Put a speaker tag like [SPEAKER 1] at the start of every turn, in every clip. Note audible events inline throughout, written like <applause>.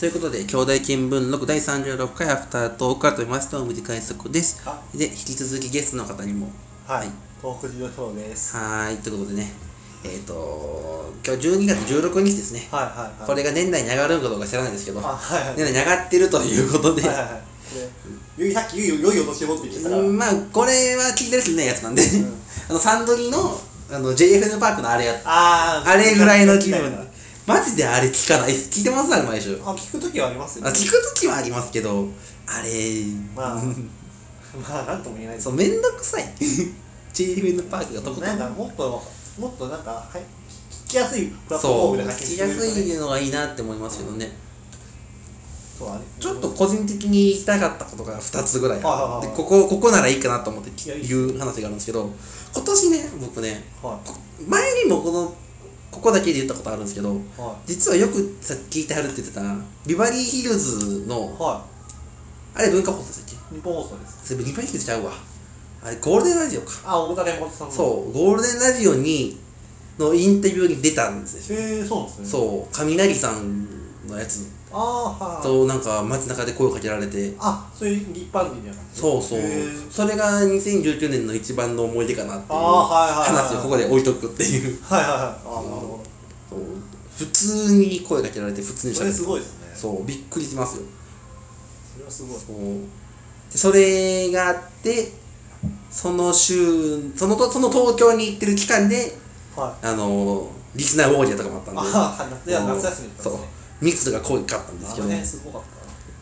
[SPEAKER 1] ということで、兄弟見聞録第36回アフタートークアとますと、無理解則です。
[SPEAKER 2] あ
[SPEAKER 1] で、引き続きゲストの方にも。
[SPEAKER 2] はい、東北事情所です。
[SPEAKER 1] はーい、ということでね、えっ、と、今日12月16日ですね。
[SPEAKER 2] はいはいはい。
[SPEAKER 1] これが年内に上がるのかどうか知らないですけど、
[SPEAKER 2] あ、はいはい。
[SPEAKER 1] 年内に上がってるということで、
[SPEAKER 2] はいはいはい。で、ゆいさっきゆいよ良いお年を持ってきたから。
[SPEAKER 1] う
[SPEAKER 2] うんん。
[SPEAKER 1] まあ、これは聞いてる人いないやつなんで、あの、サンドリの、あの、JFN パークのあれや、
[SPEAKER 2] あー
[SPEAKER 1] あれぐらいの気分
[SPEAKER 2] 聞いた聞い。
[SPEAKER 1] マジであれ聞かない。聞いてますあれ毎週。
[SPEAKER 2] たあ、聞くときはありますよ、
[SPEAKER 1] あ聞くときはありますけどあれ、
[SPEAKER 2] まあ、まあ、なんとも言えないです
[SPEAKER 1] そうめんどくさ <laughs> い JFN パークがとこと
[SPEAKER 2] なん
[SPEAKER 1] ん
[SPEAKER 2] か、もっと、もっとなんか、はい、聞きやすいプラットフォー
[SPEAKER 1] そう
[SPEAKER 2] ムな感
[SPEAKER 1] 聞
[SPEAKER 2] じ
[SPEAKER 1] きやす
[SPEAKER 2] い。
[SPEAKER 1] いのがいいなって思いますけどね、
[SPEAKER 2] そうあれ
[SPEAKER 1] ちょっと、個人的に行きたかったことが2つぐらい
[SPEAKER 2] はいはい
[SPEAKER 1] あ
[SPEAKER 2] は
[SPEAKER 1] っ
[SPEAKER 2] い
[SPEAKER 1] てここここならいいかなと思って
[SPEAKER 2] いやいい
[SPEAKER 1] いう話があるんですけど今年ね僕ね
[SPEAKER 2] は
[SPEAKER 1] こ前にもこのここだけで言ったことあるんですけど
[SPEAKER 2] い。は
[SPEAKER 1] 実はよくさっき聞いてはるって言ってたビバリーヒルズ
[SPEAKER 2] い。
[SPEAKER 1] の
[SPEAKER 2] は
[SPEAKER 1] あれ文化放送でしたっ
[SPEAKER 2] い。日本放送です。
[SPEAKER 1] けそれビバリーヒルズちゃうわあれゴールデンラジオか
[SPEAKER 2] あ、大田山本さんの。
[SPEAKER 1] そう、ゴールデンラジオにのインタビューに出たんですよ。
[SPEAKER 2] へえー、そうなんですね。う。
[SPEAKER 1] そう、雷さんのやつ
[SPEAKER 2] あー、はい。
[SPEAKER 1] となんか街中で声をかけられて、
[SPEAKER 2] あ、そういう一般人じゃなくて。
[SPEAKER 1] そうそう
[SPEAKER 2] へー、
[SPEAKER 1] それが2019年の一番の思い出かなっていう
[SPEAKER 2] あーはいはいはい
[SPEAKER 1] 話をここで置いとくっていう。
[SPEAKER 2] はいはいはい。あー、なるほ
[SPEAKER 1] そう普通に声かけられて、普通
[SPEAKER 2] ど。
[SPEAKER 1] にし
[SPEAKER 2] そ
[SPEAKER 1] ゃ
[SPEAKER 2] れ
[SPEAKER 1] べる
[SPEAKER 2] す。ごいですね。
[SPEAKER 1] そう、びっくりしますよ。
[SPEAKER 2] それはすごい。
[SPEAKER 1] そうでそれがあって、その週、そのとその東京に行ってる期間で、
[SPEAKER 2] はい。
[SPEAKER 1] あのリスナーウォーリアーとかもあったんで。
[SPEAKER 2] ああ、いや夏休みだったん
[SPEAKER 1] そう
[SPEAKER 2] ですね。
[SPEAKER 1] ミックスが濃かったんです
[SPEAKER 2] あ
[SPEAKER 1] け
[SPEAKER 2] の
[SPEAKER 1] ど
[SPEAKER 2] 辺すごかっ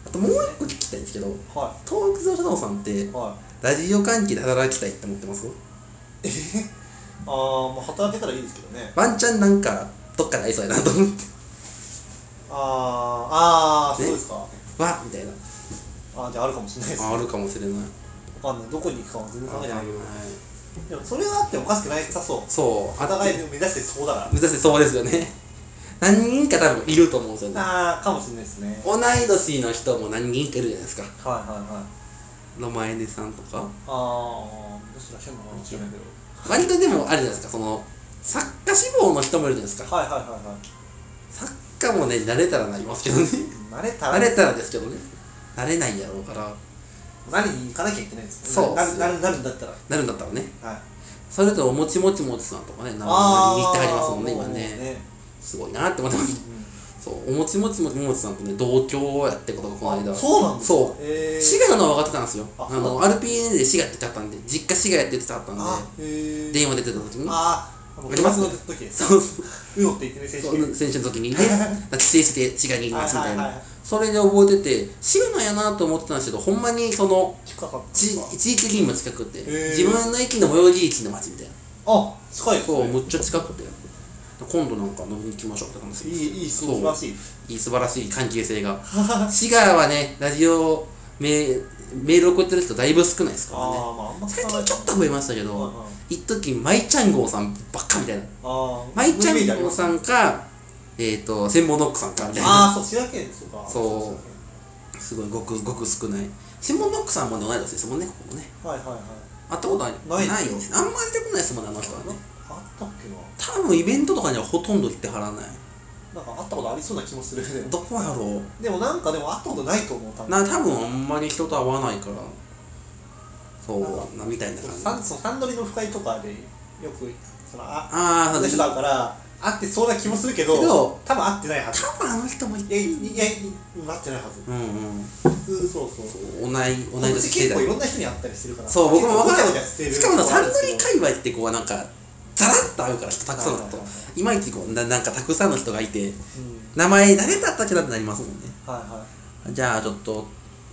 [SPEAKER 2] た
[SPEAKER 1] あともう一個聞きたいんですけど
[SPEAKER 2] な。は
[SPEAKER 1] 東北ゾウさんって
[SPEAKER 2] い。はい。
[SPEAKER 1] ラジオ関係で働きたいって思ってます
[SPEAKER 2] ああ、まあ働けたらいいですけどね。
[SPEAKER 1] ワンチャンなんかどっかで会いそうやなと思って <laughs>
[SPEAKER 2] あーあー、
[SPEAKER 1] ね
[SPEAKER 2] そうですか。
[SPEAKER 1] わっみたいな
[SPEAKER 2] あーじゃああるかもしれないです。
[SPEAKER 1] ああるかもしれない
[SPEAKER 2] わかんない。どこに行くかは全然考えてないけ
[SPEAKER 1] はい
[SPEAKER 2] ど。でもそれはあってもおかしくないさそう。
[SPEAKER 1] そう
[SPEAKER 2] お
[SPEAKER 1] あっ
[SPEAKER 2] 互い
[SPEAKER 1] て
[SPEAKER 2] 目指してそうだから。
[SPEAKER 1] 目指せそうですよね <laughs> 何人か多分いると思うんですよね
[SPEAKER 2] ああ、かもしれないですね。
[SPEAKER 1] 同い年の人も何人かいるじゃないですか
[SPEAKER 2] はいはいはい。
[SPEAKER 1] ロマエネさんとか
[SPEAKER 2] ああ、どうしらっしゃるのかもしれないけど。
[SPEAKER 1] 割とでもあるじゃないですかその作家志望の人もいるじゃないですか
[SPEAKER 2] はいはいはいはい。
[SPEAKER 1] 作家もね慣れたらなりますけどね
[SPEAKER 2] 慣れたら
[SPEAKER 1] 慣れたらですけどね慣れないやろうから
[SPEAKER 2] 何に行かなきゃいけないんです
[SPEAKER 1] そう
[SPEAKER 2] なななるなるんだったら。
[SPEAKER 1] なるんだったらね
[SPEAKER 2] はい。
[SPEAKER 1] それとおもちもちもちさんとかね名前
[SPEAKER 2] あ
[SPEAKER 1] に行ってはりますもんね
[SPEAKER 2] ー
[SPEAKER 1] 今
[SPEAKER 2] もう
[SPEAKER 1] ね
[SPEAKER 2] ね
[SPEAKER 1] すごいなって思ってます
[SPEAKER 2] うん
[SPEAKER 1] そうおもちもちもちもちさんとね同居やってことがこの間
[SPEAKER 2] そうなんですか
[SPEAKER 1] そう
[SPEAKER 2] えー、
[SPEAKER 1] 滋賀なのは分かってたんですよ
[SPEAKER 2] あ
[SPEAKER 1] あの RPN で滋賀って言ってあったんで実家滋賀やって言ってあったん
[SPEAKER 2] あ
[SPEAKER 1] で
[SPEAKER 2] へー
[SPEAKER 1] 電話で出てた時に
[SPEAKER 2] あーあの
[SPEAKER 1] あります
[SPEAKER 2] の時です
[SPEAKER 1] そうそう
[SPEAKER 2] うのって言ってね選手
[SPEAKER 1] そう
[SPEAKER 2] 権
[SPEAKER 1] 選手の時にね帰省して滋賀にいますみたい
[SPEAKER 2] はい
[SPEAKER 1] な
[SPEAKER 2] はいはい
[SPEAKER 1] それで覚えてて滋賀なんやなと思ってたんですけどほんまにその
[SPEAKER 2] 近かった
[SPEAKER 1] 地地域的にも近くて
[SPEAKER 2] ー
[SPEAKER 1] 自分の駅の最寄り駅の街みたいな
[SPEAKER 2] あ近いです
[SPEAKER 1] そう、
[SPEAKER 2] ね
[SPEAKER 1] むっちゃ近くて。今度なんか飲みに行きましょうって話
[SPEAKER 2] い
[SPEAKER 1] です。
[SPEAKER 2] いいい素
[SPEAKER 1] そう
[SPEAKER 2] 晴らしい
[SPEAKER 1] いい素晴らしい関係性が。滋賀はね、ラジオメメール送ってる人だいぶ少ないです
[SPEAKER 2] あ
[SPEAKER 1] からね。
[SPEAKER 2] ーまああんま
[SPEAKER 1] 最
[SPEAKER 2] 使わない
[SPEAKER 1] 近ちょっと増えましたけ
[SPEAKER 2] はい
[SPEAKER 1] ど
[SPEAKER 2] はい、
[SPEAKER 1] 一時マイちゃんごうさんばっかみたいな。
[SPEAKER 2] あー
[SPEAKER 1] マイちゃ
[SPEAKER 2] 有名であ
[SPEAKER 1] ん
[SPEAKER 2] り
[SPEAKER 1] ご
[SPEAKER 2] ま
[SPEAKER 1] う
[SPEAKER 2] す
[SPEAKER 1] さんか、えっ、と、千本ノックさんかみたいな。
[SPEAKER 2] ああそう滋賀県そうか
[SPEAKER 1] そう
[SPEAKER 2] 滋賀
[SPEAKER 1] すごい、ごくごく少ない。千本ノックさんもね同い年ですもんね、ここもね。
[SPEAKER 2] 県はいはいはい
[SPEAKER 1] 会ったことあり
[SPEAKER 2] ない
[SPEAKER 1] ないよね。あんまり出てこないですもんね、あの人はね。
[SPEAKER 2] あったっけな
[SPEAKER 1] 多分イベントとかにはほとんど行ってはらない。
[SPEAKER 2] なんかあったことありそうな気もするね
[SPEAKER 1] どこやろう
[SPEAKER 2] でもなんかでもあったことないと思う多分
[SPEAKER 1] な多分あんまり人と会わないからそうなみたいな
[SPEAKER 2] サ
[SPEAKER 1] 感
[SPEAKER 2] ン
[SPEAKER 1] じ
[SPEAKER 2] そのサンドリの不会とかでよくそのあ
[SPEAKER 1] ああそ
[SPEAKER 2] 会
[SPEAKER 1] う
[SPEAKER 2] っ
[SPEAKER 1] で
[SPEAKER 2] た
[SPEAKER 1] す
[SPEAKER 2] 人
[SPEAKER 1] 多
[SPEAKER 2] だから会ってそうな気もするけど
[SPEAKER 1] けど
[SPEAKER 2] 多分会ってない
[SPEAKER 1] <laughs>
[SPEAKER 2] はず
[SPEAKER 1] 分あの人もい
[SPEAKER 2] いやいやいや会ってないはず
[SPEAKER 1] うんうん
[SPEAKER 2] 普通そうそう
[SPEAKER 1] 同い同い年世
[SPEAKER 2] 結構い
[SPEAKER 1] 代
[SPEAKER 2] ろんな人に会ったりしてるから
[SPEAKER 1] そう僕も分から
[SPEAKER 2] 結構
[SPEAKER 1] な
[SPEAKER 2] ごちゃごち
[SPEAKER 1] い
[SPEAKER 2] ゃしてる
[SPEAKER 1] しかもなサンドリ
[SPEAKER 2] 会
[SPEAKER 1] 界隈ってこうなんかザラッと会うから人たくさんの人
[SPEAKER 2] はいはいはい
[SPEAKER 1] まいちこうななんかたくさんの人がいて
[SPEAKER 2] うん
[SPEAKER 1] 名前誰だったっけなってなりますもんね
[SPEAKER 2] はいはい
[SPEAKER 1] じゃあちょっと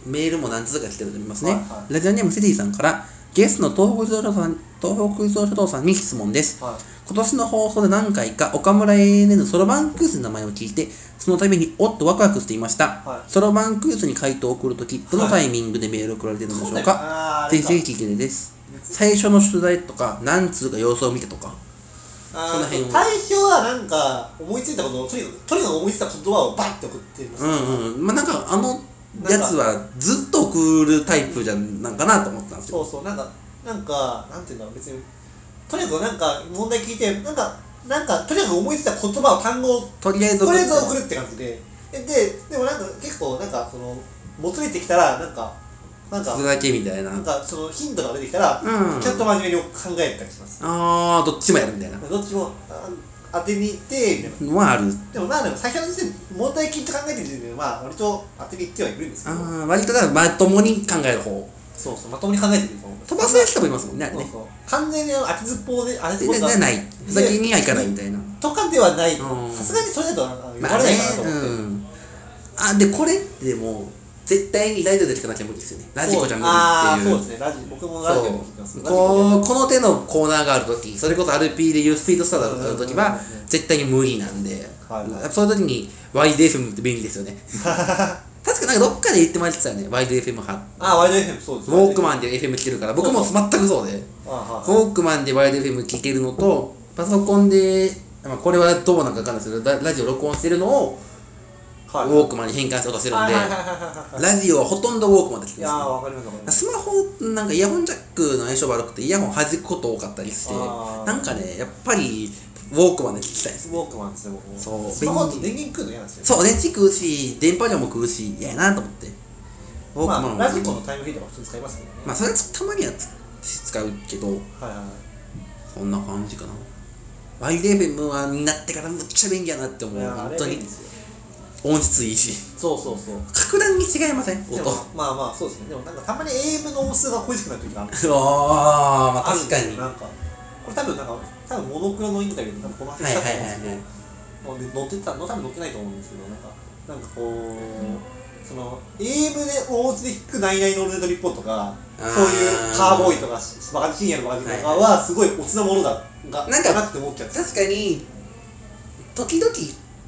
[SPEAKER 1] メールも何通か来てると見ますね、
[SPEAKER 2] はいはい
[SPEAKER 1] ラジオネームセディさんからゲストの東北自動車道さん東北自動車道さんに質問です
[SPEAKER 2] はい
[SPEAKER 1] 今年の放送で何回か岡村 ANN のソロバンクイズの名前を聞いてその度におっとワクワクしていました、
[SPEAKER 2] はい
[SPEAKER 1] ソロバンクイズに回答を送るときどのタイミングでメールを送られているのでしょうか、
[SPEAKER 2] あーあ
[SPEAKER 1] ぜ
[SPEAKER 2] れ
[SPEAKER 1] ひ
[SPEAKER 2] か
[SPEAKER 1] ぜひ聞いてねです最初の取材とか何通か様子を見てとか
[SPEAKER 2] あー
[SPEAKER 1] その辺を
[SPEAKER 2] 最初はなんか思いついたことをとにかくとにかく思いついた言葉をバッて送ってます
[SPEAKER 1] うんうんまあなんかあのやつはずっと送るタイプじゃなんかなと思ってたんですけ
[SPEAKER 2] そ
[SPEAKER 1] ど
[SPEAKER 2] うそうなんかなんかなんていうんだろう別にとにかくなんか問題聞いてなんかなんかとにかく思いついた言葉を単語を
[SPEAKER 1] とりあえず
[SPEAKER 2] と
[SPEAKER 1] 送っ
[SPEAKER 2] りあ
[SPEAKER 1] て
[SPEAKER 2] えず送るって感じでででもなんか結構なんかそのもつれてきたらなんかなんか
[SPEAKER 1] それだけみたいな
[SPEAKER 2] なんかその頻度が出てきたら、
[SPEAKER 1] うん
[SPEAKER 2] ちゃんと真面目に考えたりします
[SPEAKER 1] ああどっちもやるみたいな
[SPEAKER 2] どっちもあ当てに行ってみたいな
[SPEAKER 1] のはある
[SPEAKER 2] でもまあでも先ほどの時点問題金と考えてる時点でまあ割と当てに行ってはいるんですけ
[SPEAKER 1] あ
[SPEAKER 2] ど
[SPEAKER 1] ー割とだからまともに考える方
[SPEAKER 2] そうそうまともに考えてると思う
[SPEAKER 1] 飛ばす人もいますもんねあれ
[SPEAKER 2] そう
[SPEAKER 1] ね
[SPEAKER 2] そう完全に当てずっぽうで当てず
[SPEAKER 1] で
[SPEAKER 2] っぽう
[SPEAKER 1] で
[SPEAKER 2] とか
[SPEAKER 1] でないふざけにはいかないみたいな
[SPEAKER 2] とかではないさ
[SPEAKER 1] うん
[SPEAKER 2] すがにそれだとあの呼
[SPEAKER 1] ま
[SPEAKER 2] ば
[SPEAKER 1] あ
[SPEAKER 2] れ
[SPEAKER 1] ね
[SPEAKER 2] ないかなと思って、
[SPEAKER 1] うんあでこれってもう絶対にラジオで聞かなきゃ無理ですよねラジコじゃ無
[SPEAKER 2] ああ
[SPEAKER 1] 理ってい
[SPEAKER 2] そううですねラジ僕もラジオで聞いてます
[SPEAKER 1] そう
[SPEAKER 2] ラジオ
[SPEAKER 1] こうこの手のコーナーがあるときそれこそ RP でいうスピードスターがあるとき
[SPEAKER 2] うん
[SPEAKER 1] は
[SPEAKER 2] うんうんうん
[SPEAKER 1] 絶対に無理なんで、
[SPEAKER 2] はいはい
[SPEAKER 1] そういうときにワイド FM って便利です
[SPEAKER 2] <laughs>
[SPEAKER 1] よね確かなんかどっかで言ってもらってたよねワイド FM 派
[SPEAKER 2] ああワイド FM そうです
[SPEAKER 1] ウォーク
[SPEAKER 2] ン
[SPEAKER 1] マンで FM 聞けるから僕も全くそうで
[SPEAKER 2] ああ
[SPEAKER 1] ウォークマンでワイド FM 聞けるのとパソコンで、まあ、これはどうなんかわかんないですけどララジオ録音してるのをウ
[SPEAKER 2] はい
[SPEAKER 1] ォークマンに変換しようとしてるん
[SPEAKER 2] はい
[SPEAKER 1] で
[SPEAKER 2] はいはいはいはい
[SPEAKER 1] ラジオはほとんどウォークマンで聞いて
[SPEAKER 2] い
[SPEAKER 1] ま
[SPEAKER 2] や
[SPEAKER 1] す
[SPEAKER 2] ーわかりますわかりま
[SPEAKER 1] ス
[SPEAKER 2] す
[SPEAKER 1] マホなんかイヤホンジャックの相性悪くてイヤホン弾くこと多かったりして
[SPEAKER 2] あー
[SPEAKER 1] なんかねやっぱりウォークマンで聞きたいです
[SPEAKER 2] ウォークマンですね僕も
[SPEAKER 1] そう
[SPEAKER 2] スマホだと電源食うの嫌なんですよ
[SPEAKER 1] そう電池食うし電波量も食うし嫌やなと思ってウォークマン
[SPEAKER 2] ま
[SPEAKER 1] も
[SPEAKER 2] あラジコのタイムフリーとか普通に使いますけどね
[SPEAKER 1] まあそれはたまにはつ使うけど
[SPEAKER 2] はいはい
[SPEAKER 1] そんな感じかなワイド FM はになってからむっちゃ便利やなって思
[SPEAKER 2] いうやーあ
[SPEAKER 1] 本
[SPEAKER 2] れ
[SPEAKER 1] 当
[SPEAKER 2] はいいん
[SPEAKER 1] に
[SPEAKER 2] ですよ
[SPEAKER 1] 音質いいし
[SPEAKER 2] そうそうそう
[SPEAKER 1] 格段に違いません
[SPEAKER 2] で
[SPEAKER 1] 音
[SPEAKER 2] もまあまあそうですねでもなんかたまに AM の音数が恋しくなる時がある
[SPEAKER 1] ああまあ確か
[SPEAKER 2] あるんです
[SPEAKER 1] に
[SPEAKER 2] よ
[SPEAKER 1] は
[SPEAKER 2] なんかこれ多分なんか多分モノクロのインタビューで多分この
[SPEAKER 1] い
[SPEAKER 2] 話
[SPEAKER 1] はい
[SPEAKER 2] だ
[SPEAKER 1] は
[SPEAKER 2] と思うん
[SPEAKER 1] いはい
[SPEAKER 2] ですけどもうで乗ってたの多分乗ってないと思うんですけどなんかなんかこうその AM でお家で弾く「ナイナイのオールナイトニッポン」と
[SPEAKER 1] あ
[SPEAKER 2] か
[SPEAKER 1] ー
[SPEAKER 2] そういうカーボーイとかバカ深夜のバカとかはすごいおつなものだが
[SPEAKER 1] なんか
[SPEAKER 2] なって思っちゃって
[SPEAKER 1] 確かに時々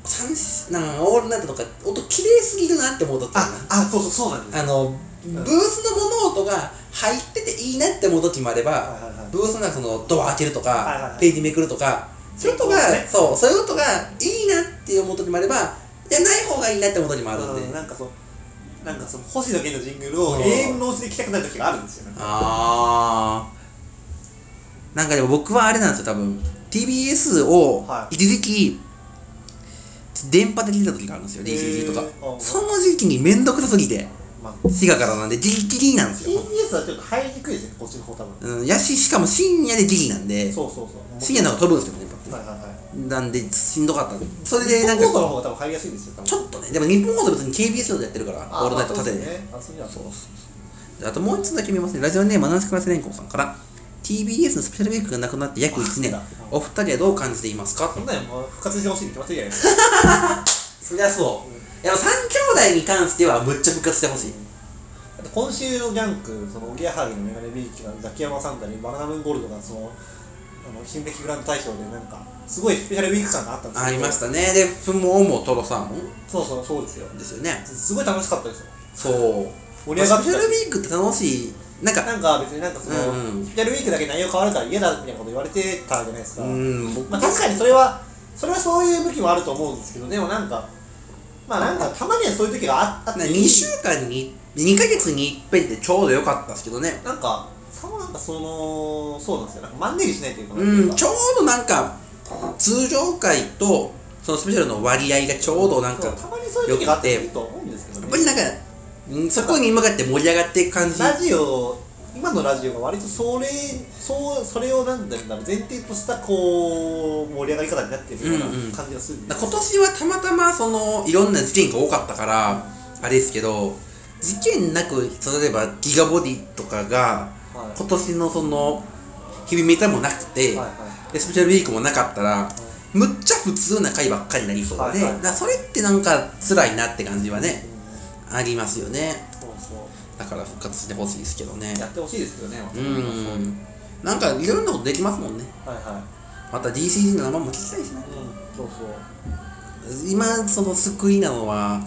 [SPEAKER 1] 三しなんかオールナイトとか音綺麗すぎるなって思う時あ
[SPEAKER 2] ああそうそうそうなんで
[SPEAKER 1] あ
[SPEAKER 2] す
[SPEAKER 1] のブースの物音が入ってていいなって思う時もあれば、
[SPEAKER 2] いはいはい
[SPEAKER 1] ブースの中のドア開けるとか、
[SPEAKER 2] はいはいはい
[SPEAKER 1] ページめくるとかそういう音が
[SPEAKER 2] そうですね
[SPEAKER 1] そうそういう音がいいなって思う時もあればいやない方がいいなって思う時もあるんで、
[SPEAKER 2] うんなんかそうなんかその星野源のジングルを
[SPEAKER 1] うん
[SPEAKER 2] AM のお家で聴きたくなる時があるんですよなんか
[SPEAKER 1] あーなんかでも僕はあれなんですよ多分 TBS を
[SPEAKER 2] はい
[SPEAKER 1] 一時期電波で聞いた時があるんですよ
[SPEAKER 2] へー
[SPEAKER 1] DCG とか
[SPEAKER 2] あ
[SPEAKER 1] その時期に面倒くさすぎて
[SPEAKER 2] まあ
[SPEAKER 1] 滋賀からなんでギリギリなんですよ、
[SPEAKER 2] TBS はちょっと入りにくいですねこっちの方多分
[SPEAKER 1] うん、やししかも深夜でギリなんで
[SPEAKER 2] そうそうそう
[SPEAKER 1] 深夜の方が飛ぶんですよ電波
[SPEAKER 2] はいはいはい
[SPEAKER 1] ってなんでしんどかったそれで
[SPEAKER 2] 日
[SPEAKER 1] な
[SPEAKER 2] 本
[SPEAKER 1] んか
[SPEAKER 2] 放送の方が多分入りやすいんですよ多分
[SPEAKER 1] ちょっとねでも日本放送別に KBS でやってるからオールナイト縦で
[SPEAKER 2] あそうですねあそうです
[SPEAKER 1] あともう一つだけ見ますね。ラジオネーム、アナウンスクラスレンコンさんから、TBS のスペシャルウィークがなくなって約1年
[SPEAKER 2] あ。
[SPEAKER 1] お二人はどう感じていますか
[SPEAKER 2] そんなのもう復活してほしいに決まってるじゃないですか
[SPEAKER 1] そりゃそうう。いや、三兄弟に関してはむっちゃ復活してほしい。
[SPEAKER 2] だって今週のジャンクそのおぎやはぎのメガネビーチがザキヤマサンダにバナナムーンゴールドがそのあの金碧グランド大賞でなんかすごいスペシャルウィーク感があったんです
[SPEAKER 1] ありましたたね。で、ふももトロサーモン
[SPEAKER 2] そうそうそうですよ
[SPEAKER 1] ですよね。
[SPEAKER 2] すごい楽しかったですよ
[SPEAKER 1] そう。
[SPEAKER 2] 盛り上がっ
[SPEAKER 1] ス
[SPEAKER 2] て
[SPEAKER 1] ペ
[SPEAKER 2] た
[SPEAKER 1] シャルウィークって楽しい。なんか、
[SPEAKER 2] なんか別になんかその、
[SPEAKER 1] うんうん
[SPEAKER 2] スペシャルウィークだけ内容変わるから嫌だみたいなこと言われてたじゃないです
[SPEAKER 1] う
[SPEAKER 2] か、
[SPEAKER 1] ん、僕
[SPEAKER 2] まあ、確かにそれはそれはそういう武器もあると思うんですけどでもなんかまあなんかたまにはそういう時がああっていい
[SPEAKER 1] 2週間に、2ヶ月に一遍でちょうどよかったですけどね。
[SPEAKER 2] なんかさもなんかそのそうなんですよなんかマンネリしないというか
[SPEAKER 1] うん、ち
[SPEAKER 2] ょ
[SPEAKER 1] ょうどなんか、通常回と、そのスペシャルの割合がちょうどなんか、
[SPEAKER 2] たまにそういう時があってもいいと思うんですけど
[SPEAKER 1] や
[SPEAKER 2] ね
[SPEAKER 1] っぱりなんか、うんそこに向かって盛り上がっていく感じ。
[SPEAKER 2] ラジオ今のラジオが割とそれそうそれをなんだろうな前提としたこう盛り上がり方になってるような
[SPEAKER 1] うんうん
[SPEAKER 2] 感じがするんで
[SPEAKER 1] 今
[SPEAKER 2] す、
[SPEAKER 1] 年はたまたまそのいろんな事件が多かったから、あれですけど、事件なく、例えばギガボディとかが、
[SPEAKER 2] はい
[SPEAKER 1] 今年のその、日々メタもなくて、
[SPEAKER 2] はい
[SPEAKER 1] でスペシャルウィークもなかったら、むっちゃ普通な回ばっかりになりそうで、
[SPEAKER 2] はいはい
[SPEAKER 1] だからそれってなんか辛いなって感じはね、
[SPEAKER 2] うん
[SPEAKER 1] ありますよね。
[SPEAKER 2] そうそ
[SPEAKER 1] だから復活してほしいですけどね
[SPEAKER 2] うや。ってほしいですけどね
[SPEAKER 1] うーん。なんかいろんなことできますもんね。
[SPEAKER 2] はいは
[SPEAKER 1] また DCG の名前も聞きたいしな。
[SPEAKER 2] い、うん、そうそう
[SPEAKER 1] 今その救いなのは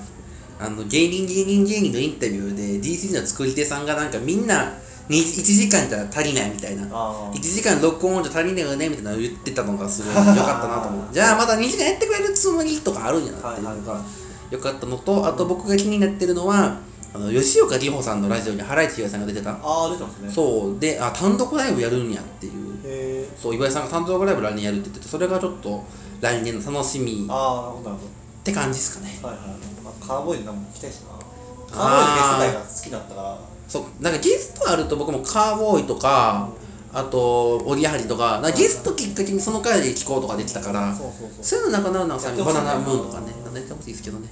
[SPEAKER 1] あの芸人芸人芸人のインタビューで DCG の作り手さんがなんかみんなに1時間じゃ足りないみたいな
[SPEAKER 2] あ
[SPEAKER 1] 1時間録音じゃ足りないよねみたいなのを言ってたのがすごい良かったなと思うじゃあまた2時間やってくれるつもりとかあるんやなっていうの
[SPEAKER 2] はい
[SPEAKER 1] が
[SPEAKER 2] は
[SPEAKER 1] 良かったのとあと僕が気になってるのはあの吉岡里帆さんのラジオに原市岩井さんが出てた
[SPEAKER 2] ああ出てますね
[SPEAKER 1] そうであ単独ライブやるんやっていう
[SPEAKER 2] へえ
[SPEAKER 1] そう岩井さんが単独ライブ来年やるって言っててそれがちょっと来年の楽しみっ
[SPEAKER 2] ああなるほどなるほ
[SPEAKER 1] て感じですかね
[SPEAKER 2] どはいはい、まあ、カーボーイズなんも行きたいしなカーボーイズゲス
[SPEAKER 1] あー
[SPEAKER 2] ト会が好きだったから
[SPEAKER 1] そうなんかゲストあると僕もカーボーイとかあとおぎやはりとかなんかゲストきっかけにその回で聞こうとかできたから
[SPEAKER 2] そうそうそう
[SPEAKER 1] そういうのなかなかなんかさ
[SPEAKER 2] やってほ
[SPEAKER 1] バ
[SPEAKER 2] しい
[SPEAKER 1] ナ
[SPEAKER 2] な
[SPEAKER 1] ナムーンとかねなんかやってほしいですけどね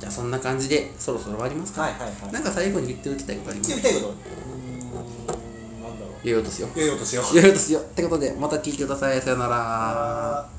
[SPEAKER 1] じゃあそんな感じでそろそろ終わりますか
[SPEAKER 2] はいはいはい
[SPEAKER 1] なんか最後に言っておきたいことあります
[SPEAKER 2] 言いたいことうーんなんだろ
[SPEAKER 1] 言おうとしよう
[SPEAKER 2] う言いようとしよう
[SPEAKER 1] 言おうとしようってことでまた聞いてくださいさよなら